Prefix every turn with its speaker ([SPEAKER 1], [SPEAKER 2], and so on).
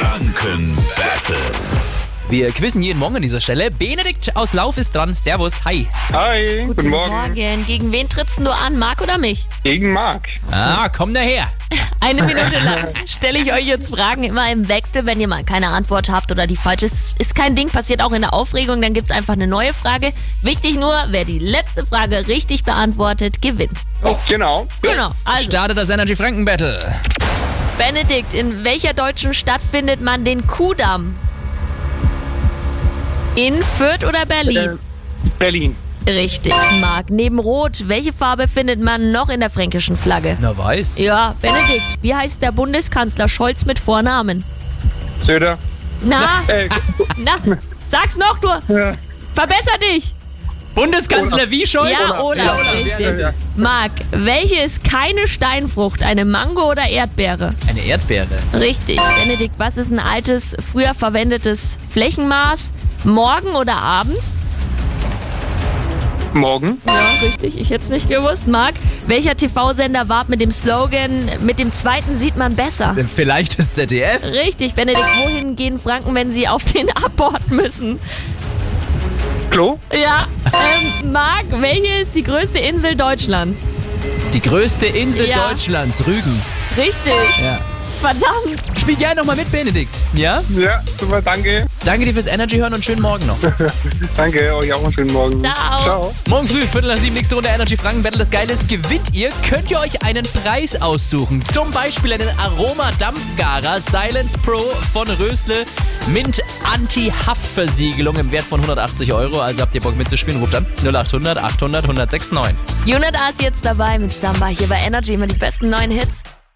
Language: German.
[SPEAKER 1] Franken Battle.
[SPEAKER 2] Wir quizzen jeden Morgen an dieser Stelle. Benedikt aus Lauf ist dran. Servus, hi.
[SPEAKER 3] Hi, guten, Morgen.
[SPEAKER 4] Morgen. Gegen wen trittst denn du an, Marc oder mich?
[SPEAKER 3] Gegen Marc.
[SPEAKER 2] Ah, komm daher.
[SPEAKER 4] Eine Minute lang stelle ich euch jetzt Fragen immer im Wechsel. Wenn ihr mal keine Antwort habt oder die falsche ist, ist kein Ding, passiert auch in der Aufregung, dann gibt's einfach eine neue Frage. Wichtig nur, wer die letzte Frage richtig beantwortet, gewinnt.
[SPEAKER 3] Genau.
[SPEAKER 4] Genau, also
[SPEAKER 2] Startet das Energy Franken Battle.
[SPEAKER 4] Benedikt, in welcher deutschen Stadt findet man den Kudamm? In Fürth oder Berlin?
[SPEAKER 3] Äh, Berlin.
[SPEAKER 4] Richtig, Marc. Neben Rot, welche Farbe findet man noch in der fränkischen Flagge?
[SPEAKER 2] Na, weiß.
[SPEAKER 4] Ja, Benedikt, wie heißt der Bundeskanzler Scholz mit Vornamen?
[SPEAKER 3] Söder.
[SPEAKER 4] Na,
[SPEAKER 3] Äh,
[SPEAKER 4] na, sag's noch nur.
[SPEAKER 3] Ja.
[SPEAKER 4] Verbesser dich.
[SPEAKER 2] Bundeskanzler wie Scholz?
[SPEAKER 4] Ja, Olaf, richtig.
[SPEAKER 3] ja.
[SPEAKER 4] Marc, welche ist keine Steinfrucht, eine Mango oder Erdbeere?
[SPEAKER 2] Eine Erdbeere.
[SPEAKER 4] Richtig. Benedikt, was ist ein altes, früher verwendetes Flächenmaß? Morgen oder Abend?
[SPEAKER 3] Morgen.
[SPEAKER 4] Ja, richtig. Ich hätte es nicht gewusst. Marc, welcher TV-Sender warb mit dem Slogan, mit dem zweiten sieht man besser?
[SPEAKER 2] Vielleicht das ZDF.
[SPEAKER 4] Richtig, Benedikt, wohin gehen Franken, wenn sie auf den Abort müssen?
[SPEAKER 3] Klo.
[SPEAKER 4] Ja, ähm, Marc, welche ist die größte Insel Deutschlands?
[SPEAKER 2] Die größte Insel
[SPEAKER 4] Ja.
[SPEAKER 2] Deutschlands, Rügen.
[SPEAKER 4] Richtig.
[SPEAKER 2] Ja.
[SPEAKER 4] Verdammt.
[SPEAKER 2] Spiel gerne nochmal mit, Benedikt. Ja?
[SPEAKER 3] Ja, super, danke.
[SPEAKER 2] Danke dir fürs Energy hören und schönen Morgen noch.
[SPEAKER 3] Danke, euch auch einen schönen Morgen.
[SPEAKER 4] Ciao.
[SPEAKER 3] Ciao.
[SPEAKER 2] Morgen früh, Viertel nach sieben, nächste Runde Energy Franken Battle. Das Geile ist, gewinnt ihr, könnt ihr euch einen Preis aussuchen. Zum Beispiel einen Aroma-Dampfgarer Silence Pro von Rösle mit Anti-Haftversiegelung im Wert von 180 Euro. Also habt ihr Bock mitzuspielen, ruft an 0800 800 1069.
[SPEAKER 4] Jonathan ist jetzt dabei mit Samba hier bei Energy immer die besten neuen Hits.